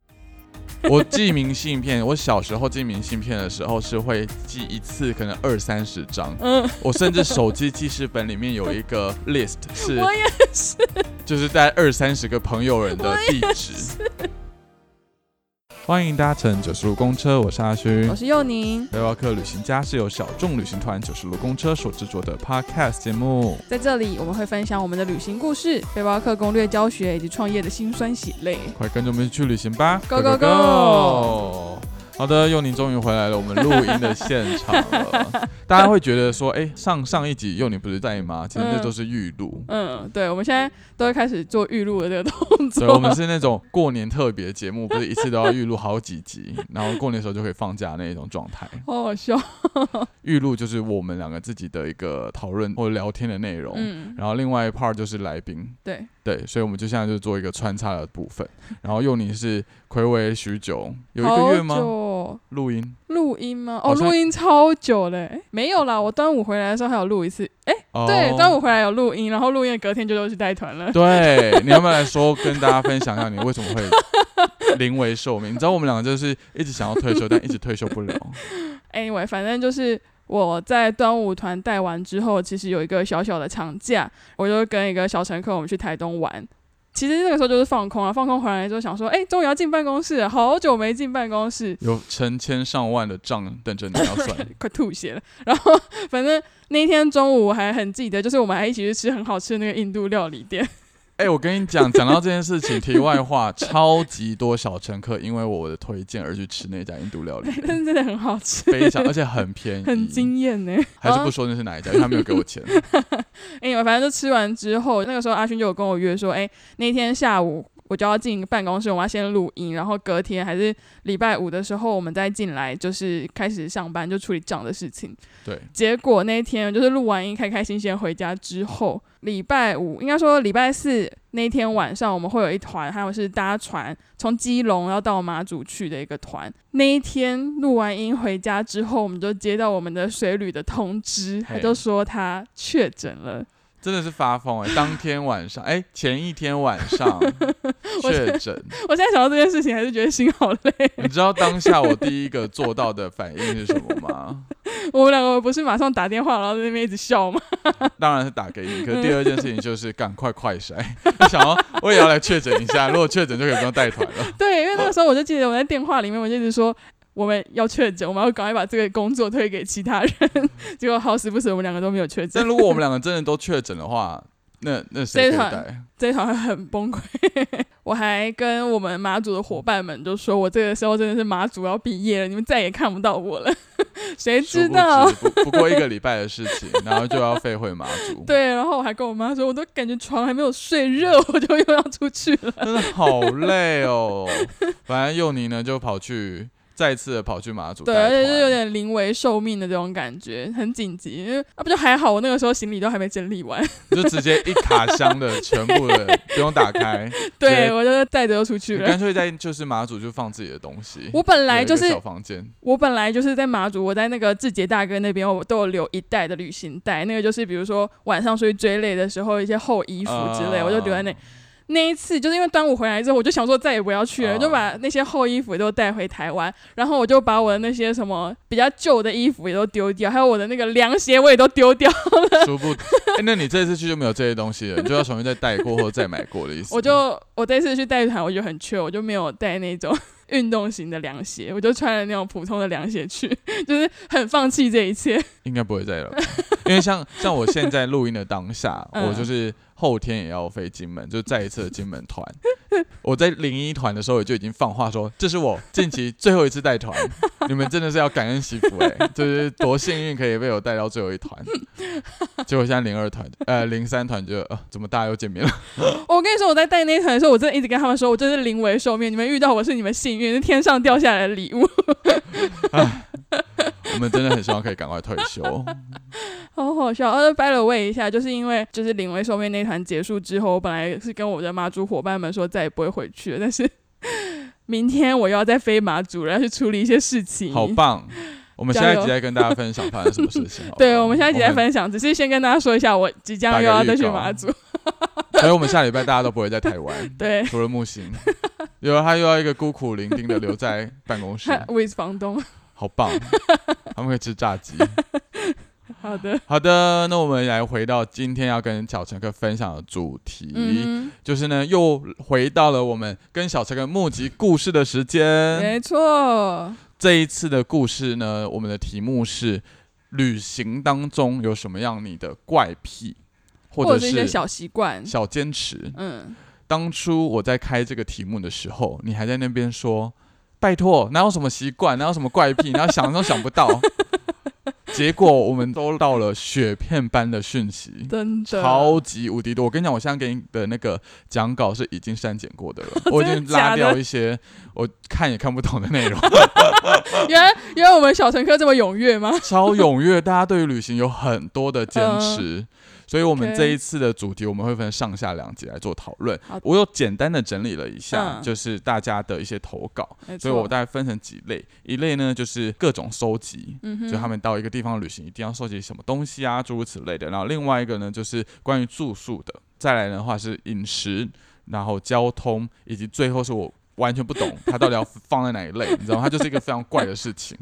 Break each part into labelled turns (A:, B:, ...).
A: 我寄明信片，我小时候寄明信片的时候是会寄一次，可能二三十张。
B: 嗯，
A: 我甚至手机记事本里面有一个 list，是
B: 我也是。
A: 就是在二三十个朋友人的地址。欢迎搭乘九十路公车，我是阿勋
B: 我。是佑宁，
A: 背包客旅行家是由小众旅行团九十路公车所制作的 podcast 节目。
B: 在这里我们会分享我们的旅行故事、背包客攻略教学以及创业的辛酸血泪。
A: 快跟着我们去旅行吧
B: Go, go,
A: go！好的，佑宁终于回来了，我们录音的现场 了。大家会觉得说，哎、上上一集佑宁不是在吗？其实那
B: 嗯
A: 都是预 录。
B: 嗯，对，我们现在都会开始做预录的这个动
A: 所
B: 作。
A: 以我们是那种过年特别节目，不是一次都要预录好几集，然后过年的时候就可以放假那一种状态。
B: 好好笑。
A: 哦预录就是我们两个自己的一个讨论或者聊天的内容，
B: 嗯，
A: 然后另外一 part 就是来宾，
B: 对，
A: 对，所以我们就现在就做一个穿插的部分。然后佑宁是暌违许久，有一个月
B: 好
A: 吗？
B: 久
A: 录音
B: 录音吗？哦，
A: 好像
B: 录音超久嘞、没有啦，我端午回来的时候还有录一次。哎、
A: 哦
B: 对，端午回来有录音，然后录音的隔天就又去带团 了。
A: 对，你要不要来说跟大家分享一下你为什么会临危受命？你 知道我们两个就是一直想要退休，但一直退休不了。
B: Anyway，反正就是我在端午团带完之后，其实有一个小小的长假，我就跟一个小乘客我们去台东玩。其实那个时候就是放空啊，放空回来之后想说，哎、终于要进办公室了，好久没进办公室，
A: 有成千上万的账等着你要 算。
B: 快吐血了。然后反正那一天中午我还很记得，就是我们还一起去吃很好吃的那个印度料理店。，
A: 哎、我跟你讲，讲到这件事情，题外话，超级多小乘客因为我的推荐而去吃那家印度料理
B: 但是真的很好吃，
A: 非常嗯而且很便宜，
B: 很惊艳呢。
A: 还是不说那是哪一家，因为他没有给我钱。
B: 哎、我反正就吃完之后，那个时候阿勋就有跟我约说，哎、那天下午我就要进办公室，我们要先录音，然后隔天还是礼拜五的时候，我们再进来，就是开始上班，就处理这样的事情。
A: 对，
B: 结果那天就是录完音，开开心心回家之后，礼拜五应该说礼拜四那天晚上，我们会有一团，还有是搭船从基隆要到马祖去的一个团。那一天录完音回家之后，我们就接到我们的水旅的通知，他
A: 嘿
B: 就说他确诊了。
A: 真的是发疯哎、当天晚上，哎、前一天晚上确诊，
B: 我现在想到这件事情，还是觉得心好累。
A: 你知道当下我第一个做到的反应是什么 吗？
B: 我们两个不是马上打电话，然后在那边一直笑吗？
A: 当然是打给你。可是第二件事情就是赶快快筛， 我想要我也要来确诊一下，如果确诊就可以不用带团 了。
B: 对，因为那个时候我就记得我在电话里面，我就一直说我们要确诊，我们要赶快把这个工作推给其他人。 结果好死不死，我们两个都没有确
A: 但
B: 诊，
A: 如果我们两个真的都确诊的话，那那谁
B: 这
A: 可
B: 一
A: 以
B: 团
A: 带？
B: 这一团很崩溃。 我还跟我们马祖的伙伴们就说，我这个时候真的是马祖要毕业了，你们再也看不到我了。 谁
A: 殊
B: 知
A: 不
B: 道？
A: 知不不过一个礼拜的事情，然后就要飞回马祖，
B: 对，然后我还跟我妈说，我都感觉床还没有睡热，我就又要出去了。
A: 真的好累哦。反正佑宁呢就跑去再次的跑去马祖带啊团，
B: 对，而且是有点临危受命的这种感觉，很紧急。因为啊，不就还好，我那个时候行李都还没整理完，
A: 就直接一卡箱的全部的不用打开，
B: 对我就带着就出去
A: 你
B: 了
A: 干。脆在就是马祖就放自己的东西。
B: 我本来就
A: 有一个
B: 是
A: 小房 间，
B: 我本来就是在马祖，我在那个志杰大哥那边，我都有留一袋的旅行袋，那个就是比如说晚上出去追累的时候一些厚衣服之类，
A: 啊
B: 我就留在那。那一次就是因为端午回来之后，我就想说再也不要去了，
A: 啊
B: 就把那些厚衣服都带回台湾，然后我就把我的那些什么比较旧的衣服也都丢掉，还有我的那个凉鞋我也都丢掉。
A: 殊不，哎，那你这次去就没有这些东西了，你就要重新再带过或者再买过的意思。
B: 我就我这次去带团，我就很缺，我就没有带那种 运动型的凉鞋，我就穿了那种普通的凉鞋去，就是很放弃这一切。
A: 应该不会再了吧，因为像像我现在录音的当下，
B: 嗯
A: 我就是后天也要飞金门，就再一次的金门团。我在零一团的时候，我就已经放话说，这是我近期最后一次带团，你们真的是要感恩惜福哎、就是多幸运可以被我带到最后一 团。结果现在零二团，呃，零三团就呃，怎么大家又见面了？
B: 我跟你说，我在带那一团的时候，我真的一直跟他们说，我真是临危受命，你们遇到我是你们幸运，是天上掉下来的礼物，
A: 我们真的很希望可以赶快退休。
B: 好好笑。呃，by the way 一下，就是因为就是临危受命那一团结束之后，我本来是跟我的马祖伙伴们说再也不会回去了，但是 明天我又要再飞马祖了，要去处理一些事情。
A: 好棒！我们
B: 加
A: 下一
B: 油
A: 集再跟大家分享发生什么事情好了。
B: 对，我们
A: 哦
B: 下一集再分享，只是先跟大家说一下，我即将又
A: 啊
B: 要再去马祖。
A: 所以我们下礼拜大家都不会在台湾。
B: 对，
A: 除了木星，有啊他又要一个孤苦伶仃的留在办公 室，
B: with 房东。
A: 好棒，他们会吃炸鸡。
B: 好的，
A: 好的，那我们来回到今天要跟小乘客分享的主题，
B: 嗯
A: 就是呢，又回到了我们跟小乘客募集故事的时
B: 哼，
A: 间。
B: 没错，
A: 这一次的故事呢，我们的题目是旅行当中有什么样你的怪癖，或
B: 或
A: 者
B: 者是一些
A: 是
B: 小习惯。
A: 小坚持。
B: 嗯，
A: 当初我在开这个题目的时候，你还在那边说：“拜托，哪有什么习惯，哪有什么怪癖，然后想都想不 到。”结果我们收到了雪片般的讯息，
B: 真的。
A: 超级无敌多。我跟你讲，我现在给你的那个讲稿是已经删减过的了，我已
B: 真的
A: 经拉
B: 假的
A: 掉一些我看也看不懂的内容。
B: 原来原来我们小乘客这么踊跃吗？
A: 超踊跃，大家对于旅行有很多的坚持。所以，我们
B: 嗯 OK
A: 这一次的主题，我们会分上下两集来做讨论
B: 好。
A: 我有简单的整理了一下，
B: 嗯
A: 就是大家的一些投稿，
B: 没
A: 所以我
B: 错
A: 大概分成几类。一类呢，就是各种收集，
B: 嗯哼
A: 就他们到一个地方旅行一定要收集什么东西啊，诸如此类的。然后另外一个呢，就是关于住宿的。再来的话是饮食，然后交通，以及最后是我完全不懂它到底要放在哪一类，你知道吗？它就是一个非常怪的事情。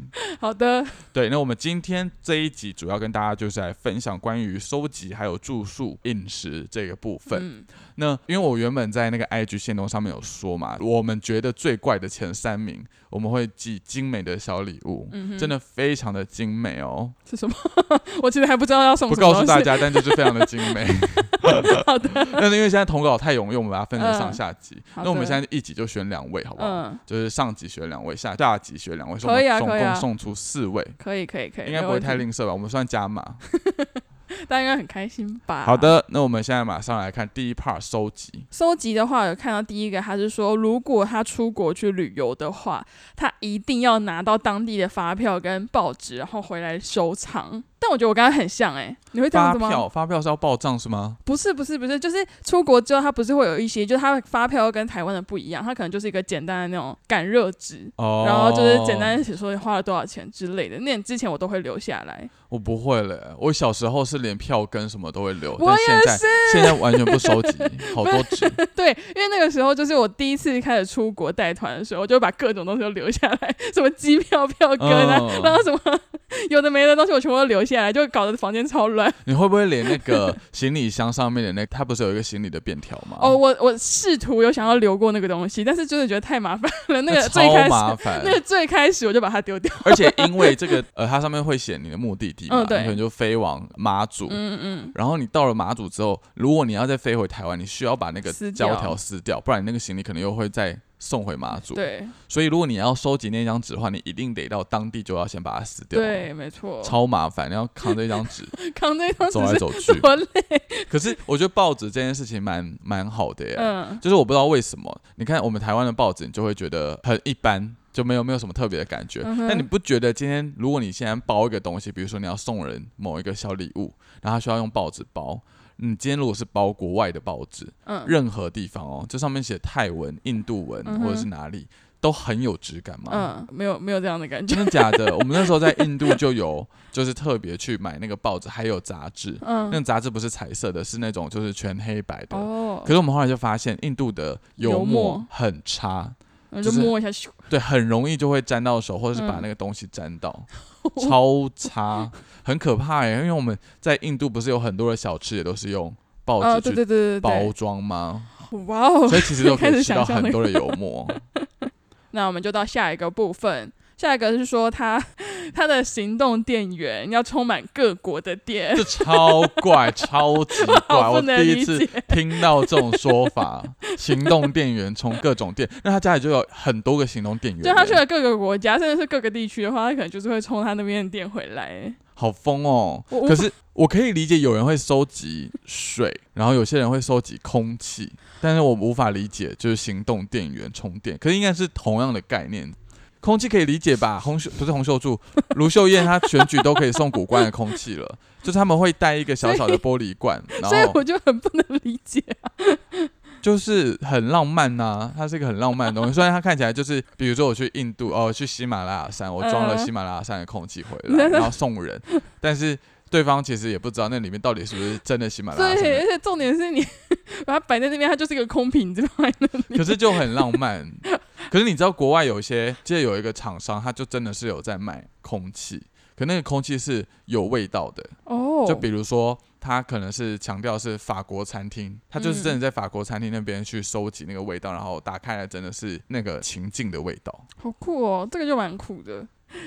B: 好的，
A: 对，那我们今天这一集主要跟大家就是来分享关于收集还有住宿、饮食这个部分。
B: 嗯，
A: 那因为我原本在那个 IG 线动上面有说嘛，我们觉得最怪的前三名，我们会寄精美的小礼物，
B: 嗯哼
A: 真的非常的精美哦，
B: 是什么？ 我其实还不知道要送
A: 不
B: 什么
A: 告
B: 东
A: 诉
B: 西。
A: 大家，但就是非常的精 美。 但是因为现在投稿太踊跃，我们把它分成上下集。
B: 嗯好
A: 那我们
B: 的
A: 现在一集就选两位，好不好？
B: 嗯，
A: 就是上集选两位，下下集选两位，所
B: 可以
A: 我
B: 啊
A: 们总
B: 可以
A: 共
B: 啊
A: 送出四位，
B: 可以可以可以，
A: 应该不
B: 没
A: 会
B: 问题
A: 太，吝啬吧？我们算加码。
B: 大家应该很开心吧？
A: 好。的，那我们现在马上来看第一 part 收集。
B: 搜集的话，有看到第一个，他是说，如果他出国去旅游的话，他一定要拿到当地的发票跟报纸，然后回来收藏。但我觉得我刚刚很像哎、你会这样
A: 发
B: 子吗？
A: 票，发票是要报账是吗？
B: 不是不是不是，就是出国之后，它不是会有一些，就是它的发票跟台湾的不一样，它可能就是一个简单的那种感热纸，
A: 哦，
B: 然后就是简单。地写说花了多少钱之类的。那之前我都会留下来，
A: 我不会了，我小时候是连票根什么都会留，
B: 我
A: 但现在现在完全不收 集，好多纸。
B: 对，因为那个时候就是我第一次开始出国带团的时候，我就把各种东西都留下来，什么机票票根啊，
A: 嗯
B: 然后什么有的没的东西我全部都留下来，就搞得房间超乱。
A: 你会不会连那个行李箱上面的那，它不是有一个行李的便条吗？
B: 哦，，我我试图有想要留过那个东西，但是真的觉得太麻烦了，那个最
A: 超
B: 开
A: 麻
B: 始。
A: 烦
B: 那。个最开始我就把它丢掉，
A: 而且因为这个，呃，它上面会写你的目的 地嘛，
B: 嗯
A: 你
B: 对
A: 可能就飞往马祖。
B: 嗯嗯，
A: 然后你到了马祖之后，如果你要再飞回台湾，你需要把那个
B: 撕
A: 胶
B: 掉
A: 条撕掉，不然你那个行李可能又会再送回马祖。，
B: 对
A: 所以如果你要收集那张纸的话，你一定得到当地就要先把它撕掉，，
B: 对，没错，
A: 超麻烦，你要扛着一张 纸
B: 扛这张
A: 走
B: 只
A: 来
B: 是
A: 走去
B: 这。么累，
A: 可是我觉得报纸这件事情蛮蛮好的耶，
B: 嗯，
A: 就是我不知道为什么，你看我们台湾的报纸，你就会觉得很一般，就没有没有什么特别的感觉。
B: 嗯哼
A: 但你不觉得今天如果你现在包一个东西，比如说你要送人某一个小礼物，然后他需要用报纸包，你今天如果是包国外的报纸，
B: 嗯
A: 任何地方哦，这上面写泰文、印度文、
B: 嗯哼
A: 或者是哪里，都很有质感嘛。
B: 嗯，没有没有这样的感觉，
A: 真的假 的？我们那时候在印度就有，就是特别去买那个报纸，还有杂志。那
B: 嗯，
A: 种杂志不是彩色的，是那种就是全黑白的。
B: 哦
A: 可，是我们后来就发现，印度的油
B: 油
A: 墨
B: 墨
A: 很差，
B: 然后
A: 就
B: 就是摸一下，咻
A: 对，很容易就会沾到手，或者是把
B: 嗯
A: 那个东西沾到，超差，很可怕欸耶、因为我们在印度不是有很多的小吃也都是用报
B: 哦，
A: 纸
B: 对
A: 去
B: 对对对
A: 包
B: 对
A: 装吗？
B: 对，哇哦
A: 所，以其实都可
B: 开
A: 以
B: 始
A: 吃到
B: 想象
A: 很
B: 那
A: 多的油墨。
B: 那我们就到下一个部分。下一个是说他 他的行动电源要充满各国的 电，
A: 这超怪，超 级怪！
B: 好
A: 我
B: 不能
A: 第一
B: 理
A: 次
B: 解。
A: 听到这种说法，行动电源充各种电，那他家里就有很多个行动电源耶，
B: 就他去了各个国家，甚至是各个地区的话，他可能就是会充他那边的电回来。
A: 好疯哦！
B: 我无
A: 可是我可以理解有人会收集水， 然后有些人会收集空气，但是我无法理解就是行动电源充电，可是应该是同样的概念。空气可以理解吧？洪秀不是洪秀 柱，卢秀燕她选举都可以送古关的空气了，就是他们会带一个小小的玻璃罐，然后
B: 所以我就很不能理解。
A: 就是很浪漫呐、它是一个很浪漫的东西。虽然它看起来就是，比如说我去印度哦，去喜马拉雅山，我装了
B: 嗯
A: 喜马拉雅山的空气回来，然后送人，但是对方其实也不知道那里面到底是不是真的喜马拉雅
B: 对，
A: 山。
B: 而且重点是你 把它摆在那边，它就是一个空瓶子放在那里。
A: 可是就很浪漫。可是你知道国外有一些，记得有一个厂商，他就真的是有在卖空气，可那个空气是有味道的。
B: 哦，
A: 就比如说，他可能是强调是法国餐厅，他就是
B: 嗯
A: 真的在法国餐厅那边去收集那个味道，然后打开来真的是那个情境的味道。
B: 好酷哦，这个就蛮酷的。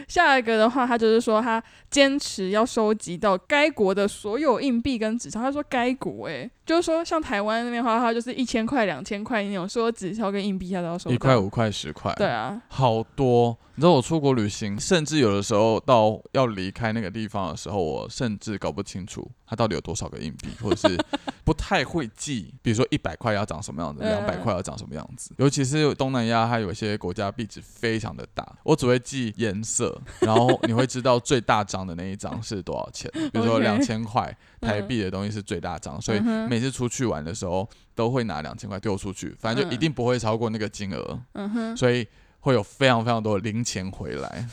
B: 下一个的话，他就是说他坚持要收集到该国的所有硬币跟纸钞。他说该国、欸，就是说像台湾那边的话，他就是一千块、两千块那种，所有纸钞跟硬币他都要收到。
A: 一块、五块、十块，
B: 对，啊，
A: 好多。你知道我出国旅行，甚至有的时候到要离开那个地方的时候，我甚至搞不清楚它到底有多少个硬币，或 者是不太会记。比如说一百块要长什么样子，
B: 嗯
A: 两百块要长什么样子。尤其是东南亚，它有一些国家币值非常的大，我只会记颜 色，然后你会知道最大张的那一张是多少钱。比如说
B: OK
A: 两千块
B: 嗯
A: 台币的东西是最大张，所以
B: 嗯哼
A: 每次出去玩的时候都会拿两千块丢出去，反正就一
B: 嗯
A: 定不会超过那个金额。
B: 嗯哼，
A: 所以会有非常非常多的零钱回来，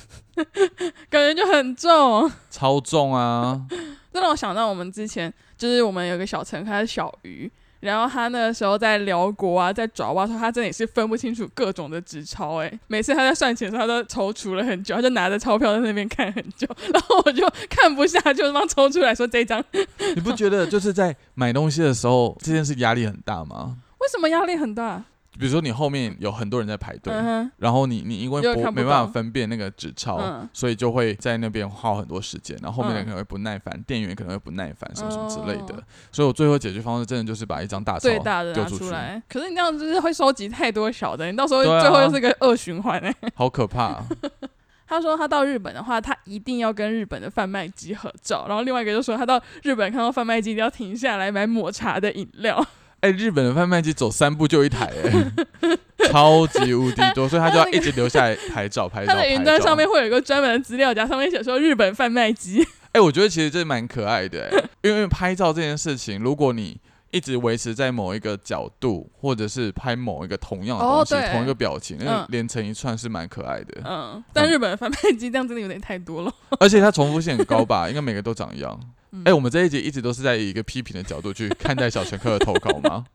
B: 感觉就很重。
A: 超重啊！
B: 这让我想到我们之前，就是我们有个小乘客，他是小鱼，然后他那时候在辽国啊，在爪哇的时候，他真的也是分不清楚各种的纸钞，哎，每次他在算钱的时候，他都踌躇了很久，他就拿着钞票在那边看很久， 然后我就看不下去，我就帮他抽出来说这一张， 为
A: 你不觉得就是在买东西的时候这件事压力很大吗？
B: 什么压力很大？
A: 比如说你后面有很多人在排队，
B: 嗯哼，
A: 然后你你因为
B: 又
A: 不
B: 看不
A: 没
B: 到
A: 办法分辨那个纸钞，
B: 嗯
A: 所以就会在那边花很多时间，然后后面的人
B: 嗯
A: 可能会不耐烦，店员可能会不耐烦什么什么之类的。
B: 哦
A: 所以我最后解决方式真的就是把一张大钞
B: 最大的
A: 丢
B: 拿
A: 出
B: 出
A: 去，
B: 来，可是你那样就是会收集太多小的，你到时候
A: 对啊
B: 最后又是个恶循环哎、
A: 好可怕、啊！
B: 他说他到日本的话，他一定要跟日本的贩卖机合照。然后另外一个就说他到日本看到贩卖机一定要停下来买抹茶的饮 料。
A: 哎、日本的贩卖机走三步就一台、哎，超级无敌多，所以他就要一直留下来拍照拍照。
B: 他的云
A: 拍
B: 端
A: 照
B: 上面会有一个专门的资料夹，上面写说日本贩卖 机。
A: 哎、我觉得其实这蛮可爱的、欸，因为拍照这件事情，如果你一直维持在某一个角度，或者是拍某一个同样的
B: 哦
A: 东西、
B: 对
A: 同一个表情，那
B: 嗯
A: 连成一串是蛮可爱的。
B: 嗯，但日本的贩卖机这样真的有点太多了。
A: 而且它重复性很高吧，应该每个都长一样。哎、
B: 嗯
A: 我们这一集一直都是在以一个批评的角度去看待小乘客的投稿吗？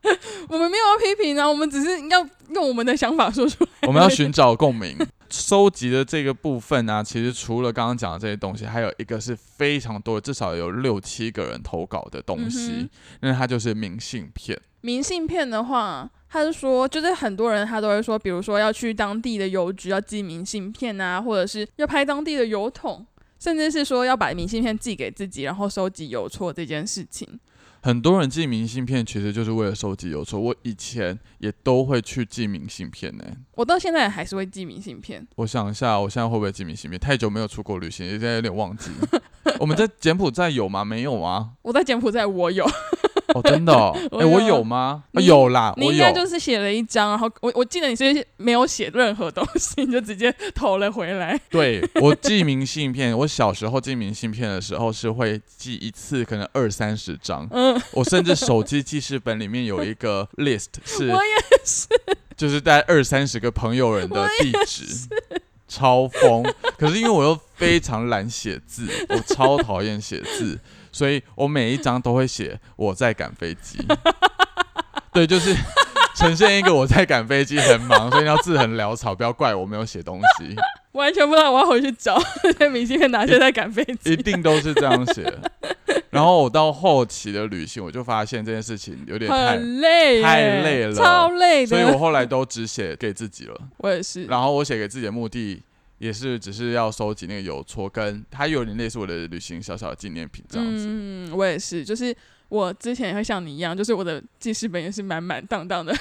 B: 我们没有要批评啊，我们只是要用我们的想法说出来。
A: 我们要寻找共鸣。收集的这个部分呢、其实除了刚刚讲的这些东西，还有一个是非常多，至少有六七个人投稿的东
B: 嗯
A: 西，那它就是明信片。
B: 明信片的话，他是说，就是很多人他都会说，比如说要去当地的邮局要寄明信片啊，或者是要拍当地的邮筒，甚至是说要把明信片寄给自己，然后收集邮戳这件事情。
A: 很多人寄明信片其实就是为了收集邮戳。我以前也都会去寄明信片呢、
B: 我到现在还是会寄明信片，
A: 我想一下，我现在会不会寄明信片？太久没有出国旅行，现在有点忘 记。我们在柬埔寨有吗？没有啊。
B: 我在柬埔寨 我有，
A: 哦，真的、哦。 哎、
B: 我有啊
A: 我有吗？啊
B: 你
A: 有啦，
B: 你
A: 我
B: 应
A: 有
B: 该。就是写了一张，然后我我记得你是没有写任何东西，你就直接投了回 来。
A: 对我寄明信片，我小时候寄明信片的时候是会寄一次，可能二三十张。
B: 嗯，
A: 我甚至手机记事本里面有一个 list 是
B: 我也
A: 就是带二三十个朋友人的地址，超疯。可是因为我又非常懒写字，我超讨厌写字，所以我每一张都会写我在赶飞机。 对，就是呈现一个我在赶飞机很忙，所以要字很潦草，不要怪我没有写东 西，
B: 完全不知道我要回去找 那些明信片，哪些在赶飞
A: 一
B: 机。
A: 定都是这样写。然后我到后期的旅行，我就发现这件事情有点太，
B: 很累耶，
A: 太累了
B: 超累的。
A: 所以我后来都只写给自己了。
B: 我也是，
A: 然后我写给自己的目的也是只是要收集那个邮戳，跟它有点类似我的旅行小小的纪念品这样子。
B: 嗯，我也是，就是我之前也会像你一样，就是我的记事本也是满满当当的，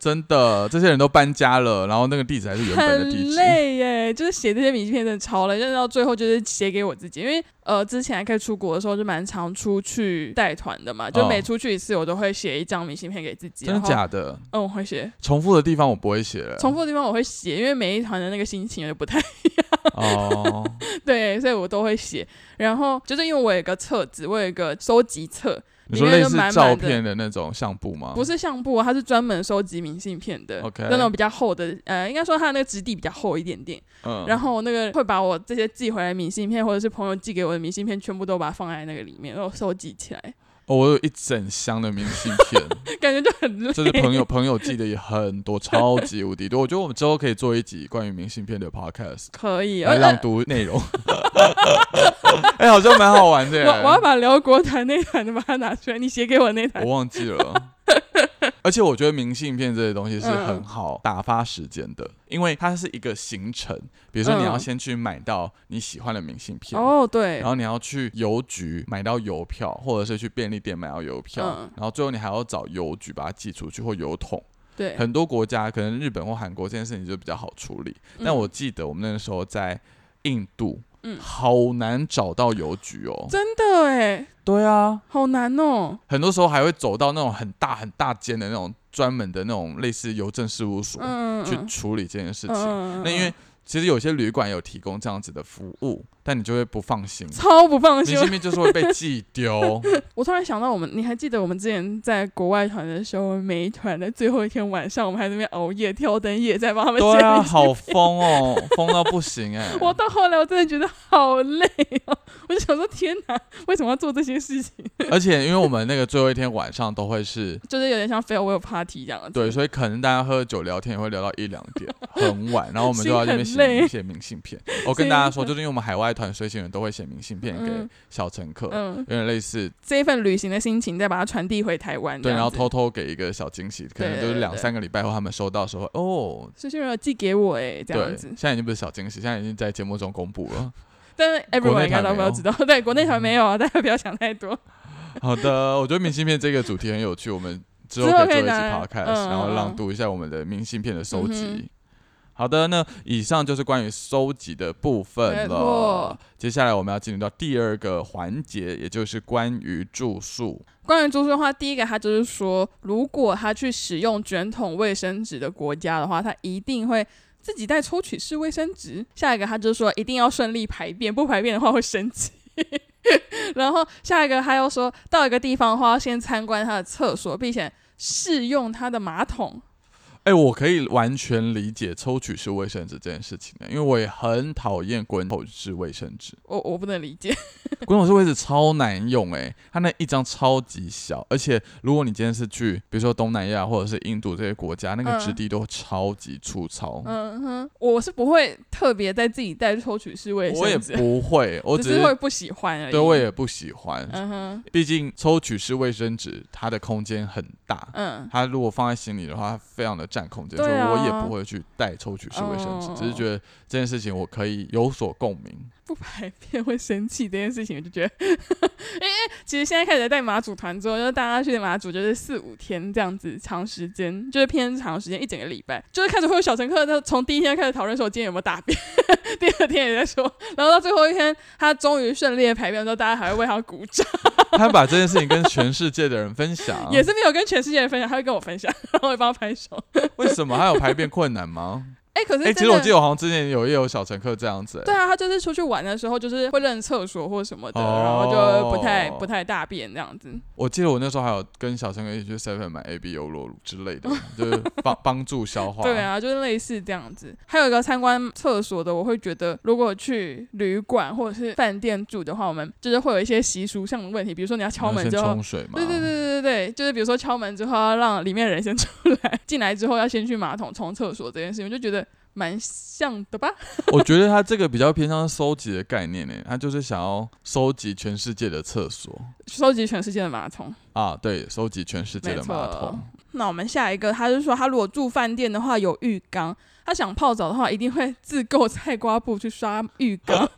A: 真的，这些人都搬家了，然后那个地址还是原本的地
B: 很
A: 址。
B: 累耶。就是写这些明信片真的超累，但是到最后就是写给我自己，因为呃之前还可以出国的时候就蛮常出去带团的嘛，就
A: 哦
B: 每出去一次我都会写一张明信片给自己。
A: 真
B: 然
A: 的
B: 后？
A: 假的？
B: 嗯，我会写。
A: 重复的地方我不会写了。
B: 重复的地方我会写，因为每一团的那个心情也不太
A: 哦，
B: 对，所以我都会写。然后就是因为我有一个册子，我有一个收集册，
A: 你说
B: 里面
A: 类
B: 就
A: 似
B: 满满
A: 照
B: 的
A: 片的那种相簿吗？
B: 不是相簿啊，它是专门收集明信片的
A: OK
B: 那种比较厚的，呃，应该说它的那个质地比较厚一点点。
A: 嗯，
B: 然后那个会把我这些寄回来的明信片，或者是朋友寄给我的明信片，全部都把它放在那个里面，然后收集起来。
A: 哦，我有一整箱的明信片，
B: 感觉就很累。
A: 这是 朋友朋友寄的也很多，超级无敌多。我觉得我们之后可以做一集关于明信片的 podcast，
B: 可以，
A: 来
B: 而
A: 朗读内容。 哎、好像蛮好玩的耶。
B: 我我要把辽国团那团的把它拿出来，你写给我那团
A: 我，忘记了。而且我觉得明信片这些东西是很
B: 嗯
A: 好打发时间的，因为它是一个行程。比如说，你要
B: 嗯
A: 先去买到你喜欢的明信片，
B: 哦，对
A: 然，后你要去邮局买到邮票，或者是去便利店买到邮票，
B: 嗯
A: 然后最后你还要找邮局把它寄出去或邮筒。
B: 对，
A: 很多国家，可能日本或韩国这件事情就比较好处理。
B: 嗯
A: 但我记得我们那个时候在印度，
B: 嗯
A: 好难找到邮局哦。
B: 真的哎，
A: 对啊，
B: 好难哦，
A: 很多时候还会走到那种很大很大间的那种专门的那种类似邮政事务所、
B: 嗯，嗯
A: 去处理这件事情。
B: 嗯嗯嗯
A: 那因为其实有些旅馆有提供这样子的服务，但你就会不放 心，
B: 超不放
A: 明
B: 心，
A: 信片就是会被寄丢。
B: 我突然想到，我们你还记得我们之前在国外团的时候，每一团的最后一天晚上，我们还在那边熬夜挑灯夜战，帮他们
A: 对啊，
B: 整理
A: 好疯哦，疯到不行哎、
B: 我到后来我真的觉得好累哦，我就想说天哪，为什么要做这些事情？
A: 而且因为我们那个最后一天晚上都会是
B: 就是有点像 farewell party 这样子。
A: 对，所以可能大家喝酒聊天也会聊到一两点，很晚，然后我们就要在那边
B: 心
A: 写
B: 很累
A: 明写明信片。我跟
B: 所以
A: 大家
B: 那
A: 说，
B: 个
A: 就是因为我们海外团随行人都会写明信片给
B: 嗯
A: 小乘客，
B: 嗯，
A: 有点类似
B: 这一份旅行的心情再把它传递回台湾这
A: 对，
B: 样子。
A: 然后偷偷给一个小惊喜，可能
B: 对
A: 就是
B: 对
A: 两
B: 对
A: 三个礼拜后他们收到的时候，哦，
B: 苏欣柔寄给我哎、这
A: 对
B: 样，子
A: 现。在已经不是小惊喜，现在已经在节目中公布了。
B: 但是
A: 国内
B: everyone 应该
A: 团
B: 都
A: 没
B: 不
A: 有
B: 要知道，对，国内团没有
A: 嗯
B: 啊，大家不要想太多。
A: 好的，我觉得明信片这个主题很有趣，我 们之后
B: 之
A: 可
B: 后
A: 以做
B: 可以
A: 一期
B: 拿来
A: podcast，、
B: 嗯
A: 然后
B: 嗯
A: 朗
B: 嗯
A: 读一下我们的明信片的收集。
B: 嗯哼
A: 好的，那以上就是关于收集的部
B: 没
A: 分了
B: 错。
A: 接下来我们要进入到第二个环节，也就是关于住宿。
B: 关于住宿的话，第一个他就是说，如果他去使用卷筒卫生纸的国家的话，他一定会自己带抽取式卫生纸。下一个他就是说，一定要顺利排便，不排便的话会生气。 然后下一个他又说到一个地方的话，要先参观他的厕所，并且试用他的马桶。
A: 哎、我可以完全理解抽取式卫生纸这件事情的，因为我也很讨厌滚筒式卫生纸。
B: 我我不能理解，
A: 滚筒式卫生纸超难用哎、它那一张超级小，而且如果你今天是去，比如说东南亚或者是印度这些国家，那个
B: 嗯
A: 质地都超级粗糙。
B: 嗯哼，我是不会特别在自己带抽取式卫
A: 我也
B: 生纸，
A: 不会，我只
B: 只是会不喜欢而已。
A: 对我也不喜欢，
B: 嗯哼，
A: 毕竟抽取式卫生纸它的空间很大。
B: 嗯，
A: 它如果放在行李的话，它非常的占空间，
B: 对
A: 所以我也
B: 啊
A: 不会去带抽取式卫生纸，
B: 哦
A: 只是觉得这件事情我可以有所共鸣。
B: 不排便会生气这件事情，我就觉得，因为其实现在开始带马祖团之后，就是大家去马祖就是四五天这样子，长时间就是偏长时间，一整个礼拜，就是开始会有小乘客，他从第一天开始讨论说我今天有没有大便， 第二天也在说，然后到最后一天他终于顺利的排便之后，大家还会为他鼓掌，
A: 他把这件事情跟全世界的人分享，
B: 也是没有跟全世界人分享，他会跟我分享，然后我会帮他拍手。
A: 为什么？他有排便困难吗？
B: 哎、可是
A: 哎、
B: 真的、
A: 其实我记得我好像之前有也有小乘客这样子、哎
B: 对啊，他就是出去玩的时候，就是会认厕所或什么的，
A: 哦
B: 然后就不太不太大便这样子。
A: 我记得我那时候还有跟小乘客一起去 Seven 买 A B 优酪乳之类的，就是帮帮助消化。
B: 对，啊，就是类似这样子。还有一个参观厕所的，我会觉得如果去旅馆或者是饭店住的话，我们就是会有一些习俗上的问题，比如说你要敲门之后
A: 冲。水嘛。
B: 对对对对对对，就是比如说敲门之后要让里面人先 出来，进来之后要先去马桶冲厕所这件事情，我就觉得蛮像的吧。
A: 我觉得他这个比较偏向收集的概念呢，他就是想要收集全世界的厕所
B: 收集全世界的马桶。
A: 啊，对，收集全世界的马
B: 没
A: 桶
B: 错。那我们下一个，他就说他如果住饭店的话有浴缸，他想泡澡的话一定会自购菜瓜布去刷浴缸，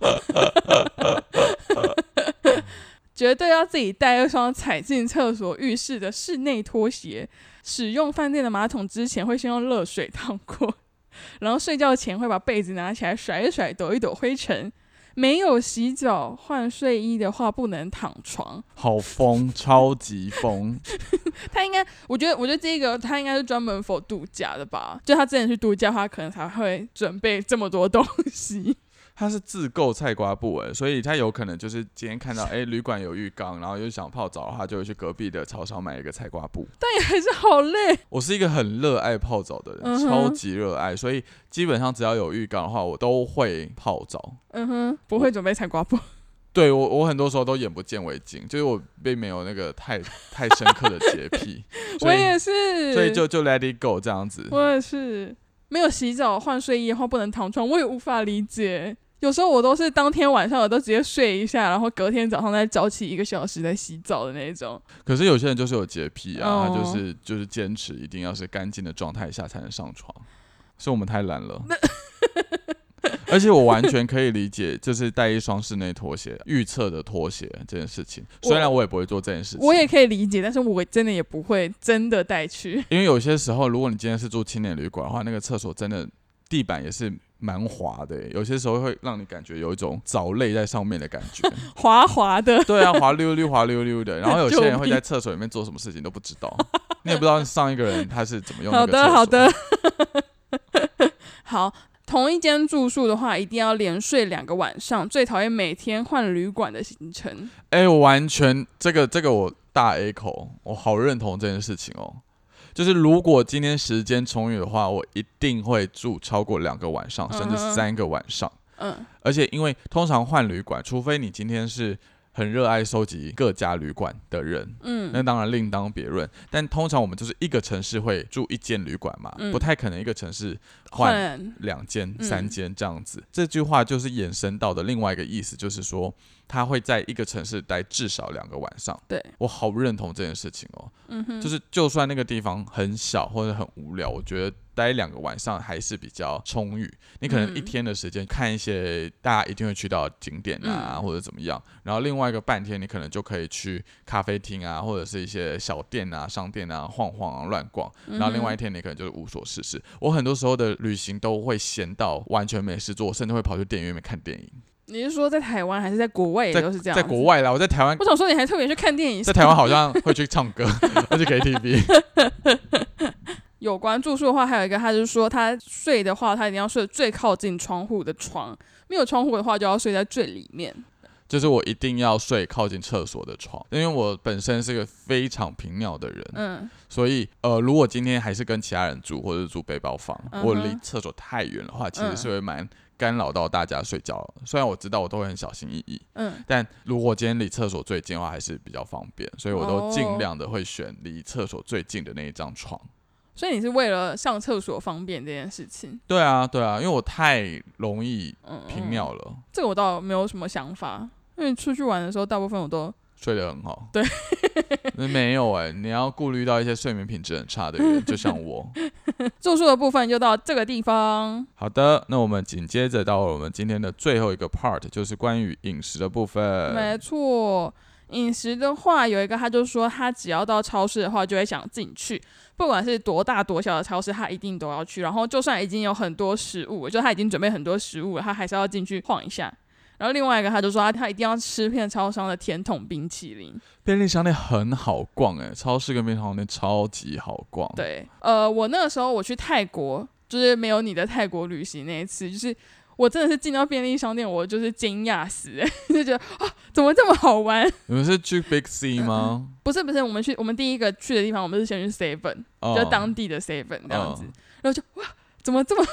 B: 绝对要自己带一双踩进厕所、浴室的室内拖鞋。使用饭店的马桶之前会先用热水烫过，然后睡觉前会把被子拿起来甩一甩、抖一抖灰尘。没有洗澡换睡衣的话，不能躺床。
A: 好疯，超级疯！
B: 他应该，我觉得，我觉得这个他应该是专门否度假的吧？就他之前去度假的话，可能才会准备这么多东 西。
A: 他是自购菜瓜布哎，所以他有可能就是今天看到哎、旅馆有浴缸，然后又想泡澡的话，就会去隔壁的超商买一个菜瓜布。
B: 还是好累，
A: 我是一个很热爱泡澡的人，
B: 嗯哼
A: 超级热爱，所以基本上只要有浴缸的话，我都会泡澡。
B: 嗯哼，不会准备菜瓜布，，
A: 对我，我很多时候都眼不见为净，就是我并没有那个太太深刻的洁癖所
B: 我
A: 以
B: 也是，
A: 所以就就 let it go 这样子。
B: 我也是没有洗澡换睡衣的话不能躺床，我也无法理解。有时候我都是当天晚上我都直接睡一下，然后隔天早上再早起一个小时再洗澡的那一种。
A: 可是有些人就是有洁癖啊，他
B: 哦
A: 就是就是坚持一定要是干净的状态下才能上床，是我们太懒 了。而且我完全可以理解，就是带一双室内拖鞋、预测的拖鞋这件事情。
B: 我
A: 虽然我也不会做这件事情，
B: 我也可以理解，但是我真的也不会真的带去。
A: 因为有些时候，如果你今天是住青年旅馆的话，那个厕所真的地板也是蛮滑的耶，有些时候会让你感觉有一种藻类在上面的感觉。
B: 滑滑的，
A: 对啊，滑溜溜滑溜溜的。然后有些人会
B: 救
A: 在
B: 命
A: 厕所里面做什么事情都不知道，你也不知道上一个人他是怎么用那
B: 好
A: 个厕
B: 的
A: 所。
B: 好的，好。同一间住宿的话，一定要连睡两个晚上，最讨厌每天换旅馆的行程。
A: 哎、我完全这个这个我大 A 口，我好认同这件事情哦。就是如果今天时间充裕的话，我一定会住超过两个晚上，甚至
B: 嗯哼
A: 三个晚上。
B: 嗯，
A: 而且因为通常换旅馆，除非你今天是很热爱收集各家旅馆的人，
B: 嗯
A: 那当然另当别论。但通常我们就是一个城市会住一间旅馆嘛，
B: 嗯
A: 不太可能一个城市换
B: 换
A: 两间、
B: 嗯
A: 三间这样子。这句话就是衍生到的另外一个意思，就是说他会在一个城市待至少两个晚上。
B: 对，
A: 我好认同这件事情哦。
B: 嗯哼，
A: 就是就算那个地方很小或者很无聊，我觉得待两个晚上还是比较充裕。你可能一
B: 嗯
A: 天的时间看一些大家一定会去到的景点啊，
B: 嗯
A: 或者怎么样，然后另外一个半天你可能就可以去咖啡厅啊，或者是一些小店啊、商店啊晃晃啊、乱逛。
B: 嗯
A: 然后另外一天你可能就是无所事事。我很多时候的旅行都会闲到完全没事做，我甚至会跑去电影院里面看电影。
B: 你是说在台湾还是在国外也
A: 在
B: 都是这样？
A: 在国，外啦，我在台湾
B: 我想说你还特别去看电影。
A: 在台湾好像会去唱 歌，会去 KTV。
B: 有关住宿的话，还有一个，他就是说他睡的话，他一定要睡最靠近窗户的床，没有窗户的话就要睡在最里面。
A: 就是我一定要睡靠近厕所的床，因为我本身是个非常频尿的人，
B: 嗯
A: 所以呃，如果今天还是跟其他人住或者是住背包房，
B: 嗯哼
A: 我离厕所太远的话，其实是会蛮干扰到大家睡觉的。虽然我知道我都会很小心翼翼，
B: 嗯，
A: 但如果今天离厕所最近的话，还是比较方便，所以我都尽量的会选离厕所最近的那一张床。
B: 嗯所以你是为了上厕所方便这件事情。
A: 对啊，对啊，因为我太容易
B: 嗯，
A: 频
B: 嗯
A: 尿了，
B: 这个我倒没有什么想法，因为出去玩的时候，大部分我都
A: 睡得很好。
B: 对，
A: 没有哎、你要顾虑到一些睡眠品质很差的 人，就像我。
B: 住宿的部分就到这个地方。
A: 好的，那我们紧接着到我们今天的最后一个 part，就是关于饮食的部
B: 没
A: 分。
B: 错，饮食的话有一个，他就说他只要到超市的话，就会想进去，不管是多大多小的超市，他一定都要去。然后就算已经有很多食物，就他已经准备很多食物了，他还是要进去晃一下。然后另外一个，他就说他他一定要吃遍超商的甜筒冰淇淋。
A: 便利商店很好逛哎、超市跟便利商店超级好逛。，
B: 对，呃，我那个时候我去泰国，就是没有你的泰国旅行那一次，就是我真的是进到便利商店，我就是惊讶死、 就觉得啊，怎么这么好玩？
A: 你们是去 Big C 吗？
B: 不是不是，我们去我们第一个去的地方，我们是先去 Seven，、
A: 哦
B: 就当地的 Seven 这样子，
A: 嗯
B: 然后就哇，怎么这么、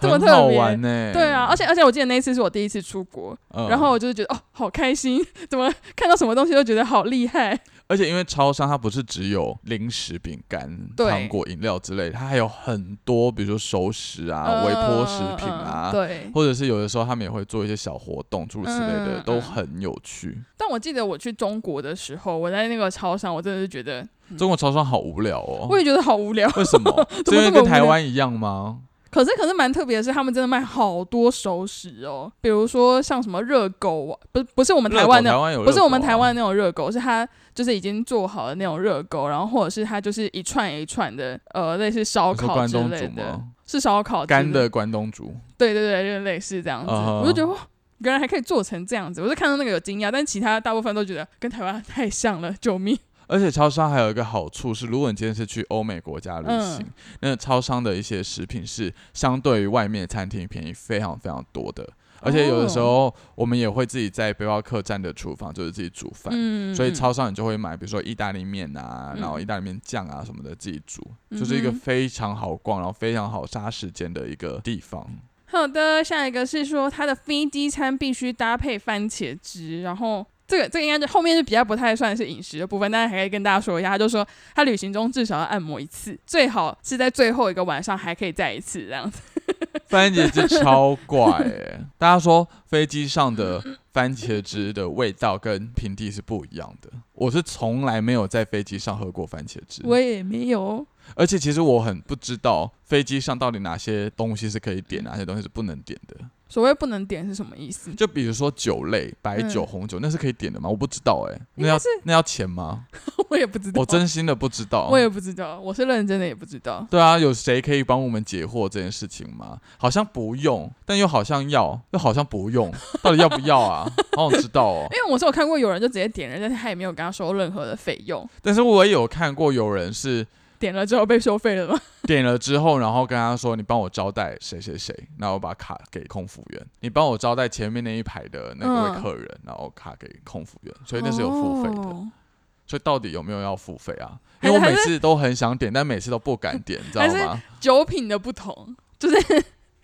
B: 这么
A: 很
B: 特
A: 好
B: 别
A: 玩呢、欸
B: 对啊？而且而且我记得那一次是我第一次出国，
A: 哎嗯
B: 然后我就是觉得哦，好开心， 怎么看到什么东西都觉得好厉害，
A: 而且因为超商它不是只有零食、饼干、
B: 对
A: 糖果、饮料之类，它还有很多，比如说熟食啊、微波食品啊
B: 嗯嗯，呃对。
A: 或者是有的时候他们也会做一些小活动，诸如此类的，
B: 嗯
A: 都
B: 嗯
A: 很有趣。
B: 但我记得我去中国的时候，我在那个超商，我真的是觉得，
A: 中国超商好无聊哦，
B: 我也觉得好无聊。
A: 为什么？是因为
B: 嗯这么
A: 跟
B: 无
A: 台
B: 聊
A: 湾一样吗？
B: 可是可是蛮特别的是，他们真的卖好多熟食哦，比如说像什么热狗啊，不不是我
A: 我
B: 们台湾
A: 台
B: 的，
A: 湾有、啊
B: 不是我们台，湾那种热狗，是它就是已经做好的那种热狗，然后或者是它就是一串一串的，呃，类似烧
A: 你说
B: 烤
A: 关
B: 之
A: 东
B: 类
A: 煮
B: 的，
A: 吗？
B: 是烧烤之
A: 干
B: 类
A: 的，关东煮，
B: 对对对，就类似这样子，
A: 啊哈
B: 我就觉得哇。原来还可以做成这样子，我就看到那个有惊讶，但其他大部分都觉得跟台湾太像了，救命！
A: 而且超商还有一个好处是，如果你今天是去欧美国家旅行，
B: 嗯
A: 那超商的一些食品是相对于外面餐厅便宜非常非常多的。而且有的时
B: 哦
A: 候我们也会自己在背包客栈的厨房就是自己煮饭，
B: 嗯，
A: 所以超商你就会买，比如说意大利面啊，
B: 嗯
A: 然后意大利面酱啊什么的自己煮，就是一个
B: 嗯哼
A: 非常好逛，然后非常好杀时间的一个地方。
B: 好的，下一个是说它的飞机餐必须搭配番茄汁，然后。这个这个应该就后面就比较不太算是饮食的部分，但是还可以跟大家说一下，他就说他旅行中至少要按摩一次，最好是在最后一个晚上还可以再一次这 样子。
A: 番茄汁超怪哎、大家说飞机上的
B: 嗯
A: 番茄汁的味道跟平地是不一样的。我是从来没有在飞机上喝过番茄汁，
B: 也没有，
A: 而且其实我很不知道飞机上到底哪些东西是可以点，
B: 嗯
A: 哪些东西是不能点的。
B: 所谓不能点是什么意思？
A: 就比如说酒类，白酒、
B: 嗯
A: 红酒，那是可以点的吗？我不知道哎、
B: 应
A: 那
B: 该
A: 要
B: 是
A: 那要钱吗？
B: 我也不知 道，
A: 我真心的哦不知道。
B: 我也不知道，我是认真的也不知道。
A: 对啊，有谁可以帮我们解惑这件事情吗？好像不用，但又好像要，又好像不用，到底要不要啊？好想知道哦。
B: 因为我是有看过有人就直接点了，但是他也没有跟他收任何的费用，
A: 但是我也有看过有人是
B: 点了之后被收费了吗？
A: 点了之后，然后跟他说：“你帮我招待谁谁谁。”然后我把卡给空服员，你帮我招待前面那一排的那位
B: 嗯
A: 客人，然后卡给空服员，所以那是有付费的。
B: 哦
A: 所以到底有没有要付费啊？
B: 还
A: 因
B: 是
A: 为我每次都很想点，但每次都不敢点，你知道
B: 还
A: 吗？
B: 酒品的不同，就是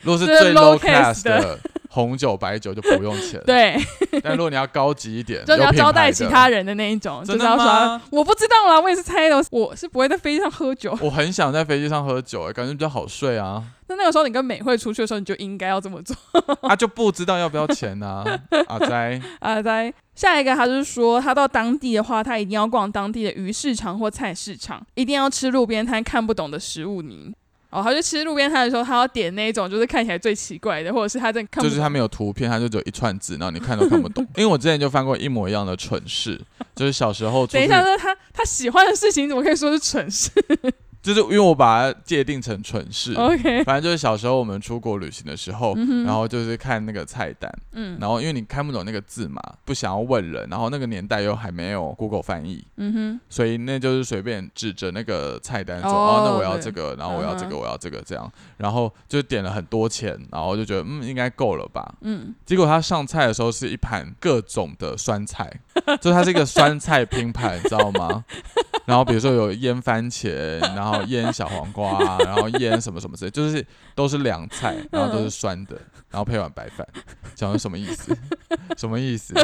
A: 如果是
B: 这是
A: 最 low
B: low class，
A: class 的红酒、白酒就不用钱
B: 对，
A: 但如果你要高级一点，
B: 就是你要
A: 有品牌
B: 招
A: 的
B: 待其他。人的那一种，就
A: 真
B: 是
A: 的
B: 要说
A: 吗
B: 我不知道啦，我也是猜的，我是不会在飞机上喝酒。
A: 我很想在飞机上喝酒、欸，感觉比较好睡啊。
B: 那那个时候你跟美惠出去的时候，你就应该要这么做。
A: 啊，就不知道要不要钱啊。阿仔，
B: 啊，在下一个，他就是说，他到当地的话，他一定要逛当地的鱼市场或菜市场，一定要吃路边摊看不懂的食物泥。哦，他去吃路边摊的时候，他要点那一种就是看起来最奇怪的，或者是他真的看
A: 就
B: 不懂
A: 是他没有图片，他就只有一串字，然后你看都看不懂。因为我之前就犯过一模一样的蠢 事，就是小时候出
B: 等一
A: 去，
B: 下，那他他喜欢的事情怎么可以说是 蠢事
A: 就是因为我把它界定成蠢事。
B: ？OK，
A: 反正就是小时候我们出国旅行的时候，
B: 嗯哼
A: 然后就是看那个菜单，
B: 嗯
A: 然后因为你看不懂那个字嘛，不想要问人，然后那个年代又还没有 Google 翻译，
B: 嗯
A: 所以那就是随便指着那个菜单说，
B: 哦
A: 哦，那我要这个，然后我要这
B: 嗯
A: 个，我要这个，这样，然后就点了很多钱，然后就觉得嗯应该够了吧。
B: 哼，嗯，
A: 结果他上菜的时候是一盘各种的酸菜， 就它是一个酸菜拼盘，你知道吗？ 然后比如说有腌番茄，然后腌小黄瓜，然后腌什么什么之类，就是都是凉菜，然后都是酸的，然后配碗白饭，想说什么意思？ 什么意思？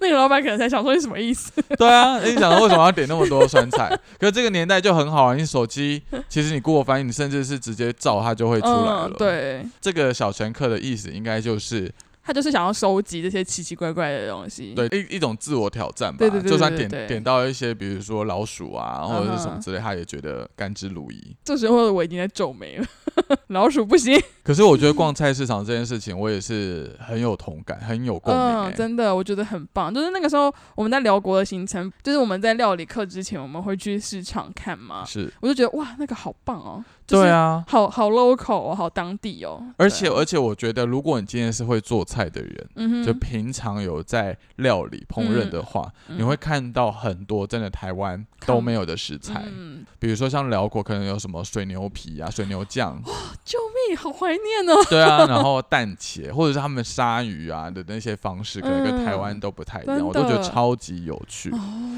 B: 那个老板可能在想说你什么意思？
A: 对啊，你想说为什么要点那么多酸菜？ 可是这个年代就很好啊，你手机其实你 Google 翻译，你甚至是直接照它就会出来了。
B: 嗯，，对，
A: 这个小乘客的意思应该就是
B: 他就是想要收集这些奇奇怪怪的东西。
A: 对一一种自我挑战吧。
B: 对对对对
A: 就算
B: 对
A: 点
B: 对
A: 点到一些，比如说老鼠啊，或者是什
B: 嗯
A: 么
B: 哼
A: 之类，他也觉得甘之如饴。
B: 这时候我已经在皱眉了， 老鼠不行。
A: 可是我觉得
B: 嗯
A: 逛菜市场这件事情，我也是很有同感，很有共鸣、
B: 嗯，
A: 欸。
B: 真的，我觉得很棒。就是那个时候我们在辽国的行程，就是我们在料理课之前，我们会去市场看嘛，
A: 是，
B: 我就觉得哇，那个好棒哦，就
A: 嗯
B: 是、
A: 对，啊。
B: 好好 local 哦，好当地哦，
A: 而且
B: 对啊
A: 而且，我觉得如果你今天是会做菜的人，
B: 嗯
A: 就
B: 哼，
A: 平常有在料理烹饪的话，
B: 嗯
A: 你会看到很多真的台湾都没有的食材，
B: 嗯，
A: 比如说像辽国可能有什么水牛皮啊、水牛酱，
B: 救命，好怀念哦，
A: 对 啊，然后蛋茄或者是他们杀鱼啊的那些方式，可能跟台湾都不太一样，
B: 嗯真的
A: 我
B: 哦
A: 都觉得超级有趣。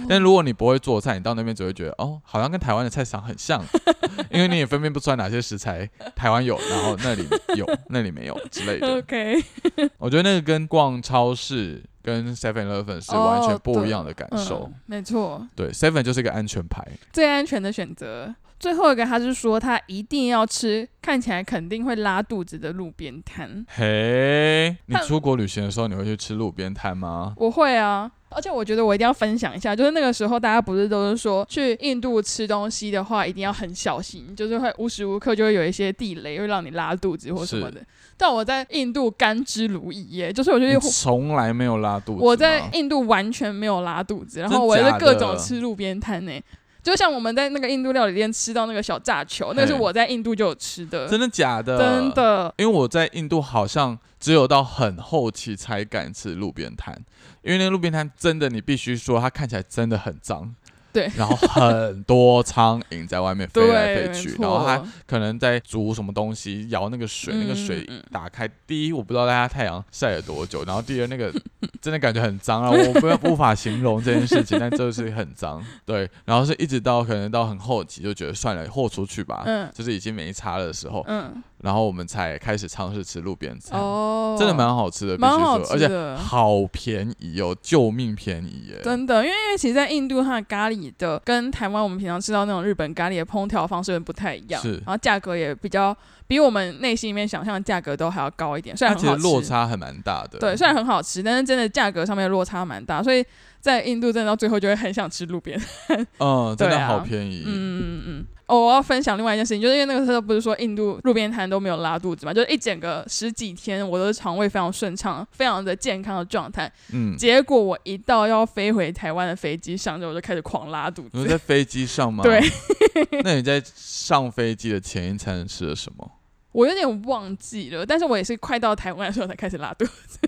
A: 但如果你不会做菜，你到那边只会觉得哦，好像跟台湾的菜市场很像，因为你也分辨不出来哪些食材台湾有，然后那里有，那里没有之 类的。
B: OK，
A: 我觉得那个跟逛超市跟 Seven Eleven 是完全不一样的感受。
B: 哦嗯，没错，
A: 对，Seven 就是一个安全牌，
B: 最安全的选择。最后一个，他是说他一定要吃看起来肯定会拉肚子的路边摊。
A: 嘿， 你
B: 但
A: 出国旅行的时候，你会去吃路边摊吗？
B: 我会啊，而且我觉得我一定要分享一下，就是那个时候大家不是都是说去印度吃东西的话，一定要很小心，就是会无时无刻就会有一些地雷，会让你拉肚子或什么的。但我在印度甘之如饴耶，就是我就
A: 你
B: 是
A: 从来没有拉肚子吗，
B: 我在印度完全没有拉肚子，然后
A: 真
B: 我也是
A: 假的
B: 各种吃路边摊呢。就像我们在那个印度料理店吃到那个小炸球，那个是我在印度就有吃的，
A: 真的假的？
B: 真，的
A: 因为我在印度好像只有到很后期才敢吃路边摊，因为那个路边摊真的，你必须说它看起来真的很脏，
B: 对，
A: 然后很多苍蝇在外面飞来
B: 对，
A: 飞
B: 没
A: 去，
B: 错
A: 然后它可能在煮什么东西，舀那个水，那个水
B: 嗯嗯
A: 打开，第一我不知道大家太阳晒了多久，然后第二那个 真的感觉很脏啊，我不要无法形容这件事情，但就是很脏，对，然后是一直到可能到很后期就觉得算了，豁出去吧，
B: 嗯
A: 就是已经没差了的时候，
B: 嗯，
A: 然后我们才开始尝试吃路边餐，
B: 哦，
A: 真的蛮好吃的，必须
B: 蛮好
A: 说，而
B: 吃
A: 且啊
B: 的。
A: 好便宜哦，救命便宜耶！
B: 真的，因为因为其实，在印度它的咖喱的跟台湾我们平常吃到那种日本咖喱的烹调方式有点不太一样，
A: 是
B: 然后价格也比较比我们内心里面想象的价格都还要高一点，虽
A: 它
B: 然
A: 其
B: 很
A: 实
B: 好吃，
A: 落差还蛮大的。
B: 对，虽然很好吃，但是真的价格上面落差蛮大，所以在印度真的到最后就会很想吃路边。
A: 嗯，真的
B: 对啊
A: 好便宜。
B: 嗯嗯嗯。哦，我要分享另外一件事情，就是因为那个时候不是说印度路边摊都没有拉肚子嘛，就是一整个十几天我都是肠胃非常顺畅、非常的健康的状态。
A: 嗯，
B: 结果我一到要飞回台湾的飞机上之后，我就开始狂拉肚
A: 你说。
B: 子
A: 在飞机上吗？
B: 对。
A: 那你在上飞机的前一餐吃了什么？
B: 我有点忘记了，但是我也是快到台湾的时候才开始拉肚子。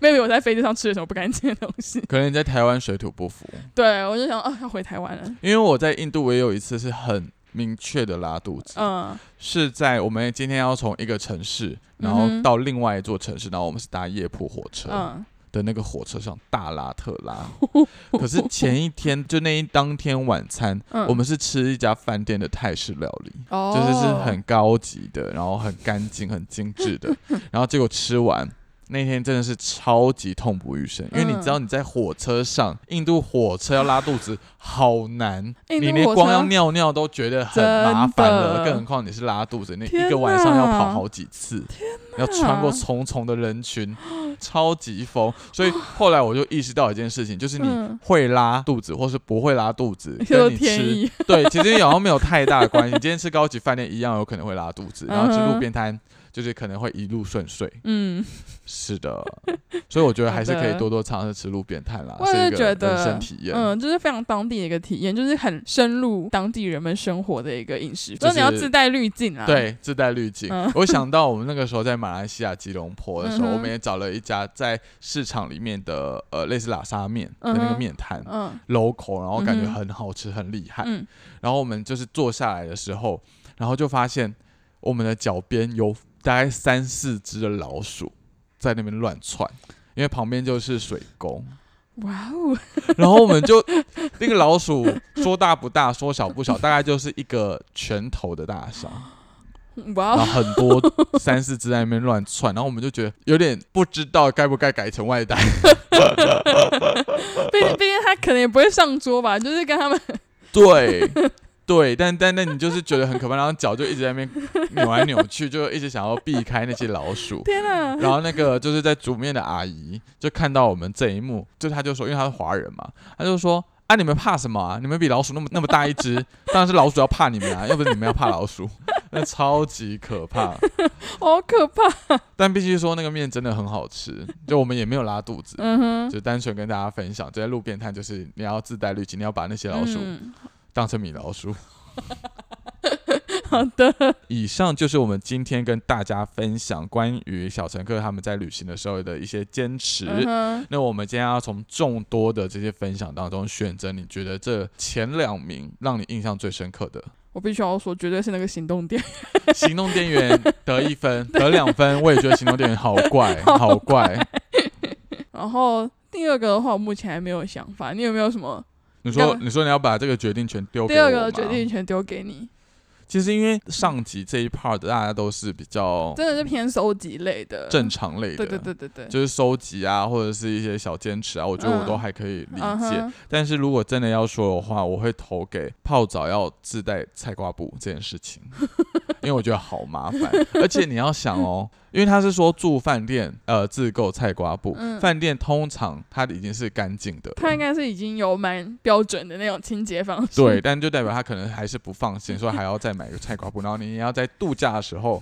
B: maybe 我在飞机上吃了什么不干净的东 西。
A: 可能你在台湾水土不服，
B: 对，我就想，哦，要回台湾了。
A: 因为我在印度我也有一次是很明确的拉肚子，
B: 嗯
A: 是在我们今天要从一个城市，然后
B: 嗯哼
A: 到另外一座城市，然后我们是搭夜铺火车。
B: 嗯，
A: 的那个火车上大拉特拉，可是前一天就那一当天晚餐，
B: 嗯
A: 我们是吃一家饭店的泰式料理，
B: 哦，
A: 就是是很高级的，然后很干净、很精致 的，然后结果吃完。那天真的是超级痛不欲生，因为你知道你在火车上，印度火车要拉肚子好难，
B: 印度
A: 你连
B: 火
A: 光要
B: 车
A: 尿尿都觉得很麻烦了，
B: 真的
A: 更何况你是拉肚子，那
B: 天
A: 一个晚上要
B: 哪
A: 跑好几次，要穿过重重的人群，超级疯。所以后来我就意识到一件事情，就是你
B: 啊嗯
A: 会拉肚子或是不会拉肚 子，
B: 就
A: 跟你
B: 是天
A: 吃
B: 意。
A: 对，其实好像没有太大的关系。你今天吃高级饭店一样有可能会拉肚子，然后吃
B: 嗯
A: 路
B: 哼
A: 边摊就是可能会一路顺遂。
B: 嗯，
A: 是的，所以我觉得还是可
B: 好
A: 以
B: 的
A: 多多尝试吃路边摊啦，
B: 我
A: 是
B: 也
A: 一
B: 觉
A: 个
B: 得
A: 人生体验。
B: 嗯，就是非常当地的一个体验，就是很深入当地人们生活的一个饮食，
A: 就
B: 所以你要
A: 是
B: 自带滤镜啊。，
A: 对，自带滤镜。
B: 嗯
A: 我想到我们那个时候在马来西亚吉隆坡的时候，
B: 嗯哼
A: 我们也找了一家在市场里面的呃类似拉沙面的
B: 嗯哼
A: 那个面摊、
B: 嗯
A: local，然后感觉
B: 嗯哼
A: 很好吃，很厉害。
B: 嗯，
A: 然后我们就是坐下来的时候，然后就发现我们的脚边有大概三四只的老鼠在那边乱窜，因为旁边就是水沟。
B: 哇哦，
A: 然后我们就那个老鼠说大不大，说小不小，大概就是一个拳头的大小，
B: 哇
A: 然后
B: 哦，
A: 很多三四只在那边乱窜，然后我们就觉得有点不知道该不该改成外带。
B: 毕竟毕竟他可能也不会上桌吧，就是跟他们，
A: 对。对，但但但你就是觉得很可怕，然后脚就一直在那边扭来扭去，就一直想要避开那些老鼠。
B: 天啊哪，
A: 然后那个就是在煮面的阿姨就看到我们这一幕，就她就说，因为她是华人嘛，她就说啊，你们怕什么啊？你们比老鼠那么那么大一只， 当然是老鼠要怕你们啊，要不然你们要怕老鼠， 那超级可怕。
B: 好可怕。
A: 但必须说那个面真的很好吃，就我们也没有拉肚子。
B: 嗯哼，
A: 就单纯跟大家分享，就在路边摊，就是你要自带滤镜，你要把那些老鼠
B: 嗯
A: 当成米老鼠。
B: 好的，
A: 以上就是我们今天跟大家分享关于小乘客他们在旅行的时候的一些坚持。
B: 嗯哼，
A: 那我们今天要从众多的这些分享当中选择你觉得这前两名让你印象最深刻的
B: 我必须要说，绝对是那个行动 店，
A: 行动电源得一 分，得两分，我也觉得行动电源好怪，好怪。
B: 然后。第二个的话，我目前还没有想法。你有没有什么
A: 你说，
B: 干嘛
A: 你说你要把这个决定权丢给
B: 第
A: 我
B: 二
A: 吗
B: 个决定，权丢给你？
A: 其实因为上集这一 part 大家都是比较
B: 真的是偏收集类的，
A: 正常类的，
B: 对对对对对，
A: 就是收集啊，或者是一些小坚持啊，我觉得我都
B: 嗯
A: 还可以理
B: 嗯
A: 解。
B: 哼
A: 但是如果真的要说的话，我会投给泡澡要自带菜瓜布这件事情， 因为我觉得好麻烦。而且你要想哦，因为他是说住饭店呃自购菜瓜布，
B: 嗯
A: 饭店通常它已经是干净的了，
B: 他应该是已经有蛮标准的那种清洁方式。
A: 对，但就代表他可能还是不放心，所以还要再买一个菜瓜布，然后你也要在度假的时候。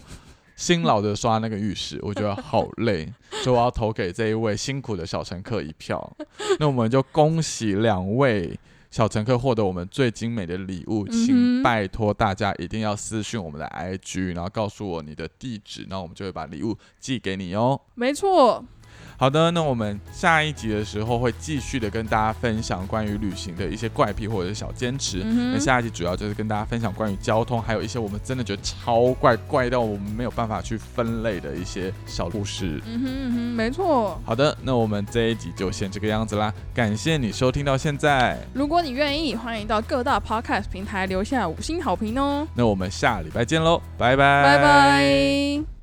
A: 辛劳的刷那个浴室，我觉得好累，所以我要投给这一位辛苦的小乘客一票。那我们就恭喜两位小乘客获得我们最精美的礼物，
B: 嗯
A: 请
B: 哼
A: 拜托大家一定要私讯我们的 IG，然后告诉我你的地址，然后我们就会把礼物寄给你哦。
B: 没错，
A: 好的，那我们下一集的时候会继续的跟大家分享关于旅行的一些怪癖或者是小坚持。
B: 嗯哼
A: 那下一集主要就是跟大家分享关于交通，还有一些我们真的觉得超怪怪到我们没有办法去分类的一些小故事。
B: 嗯哼嗯哼，没错。
A: 好的，那我们这一集就先这个样子啦，感谢你收听到现在，
B: 如果你愿意，欢迎到各大 podcast 平台留下五星好评哦。
A: 那我们下礼拜见喽，拜拜，
B: 拜拜。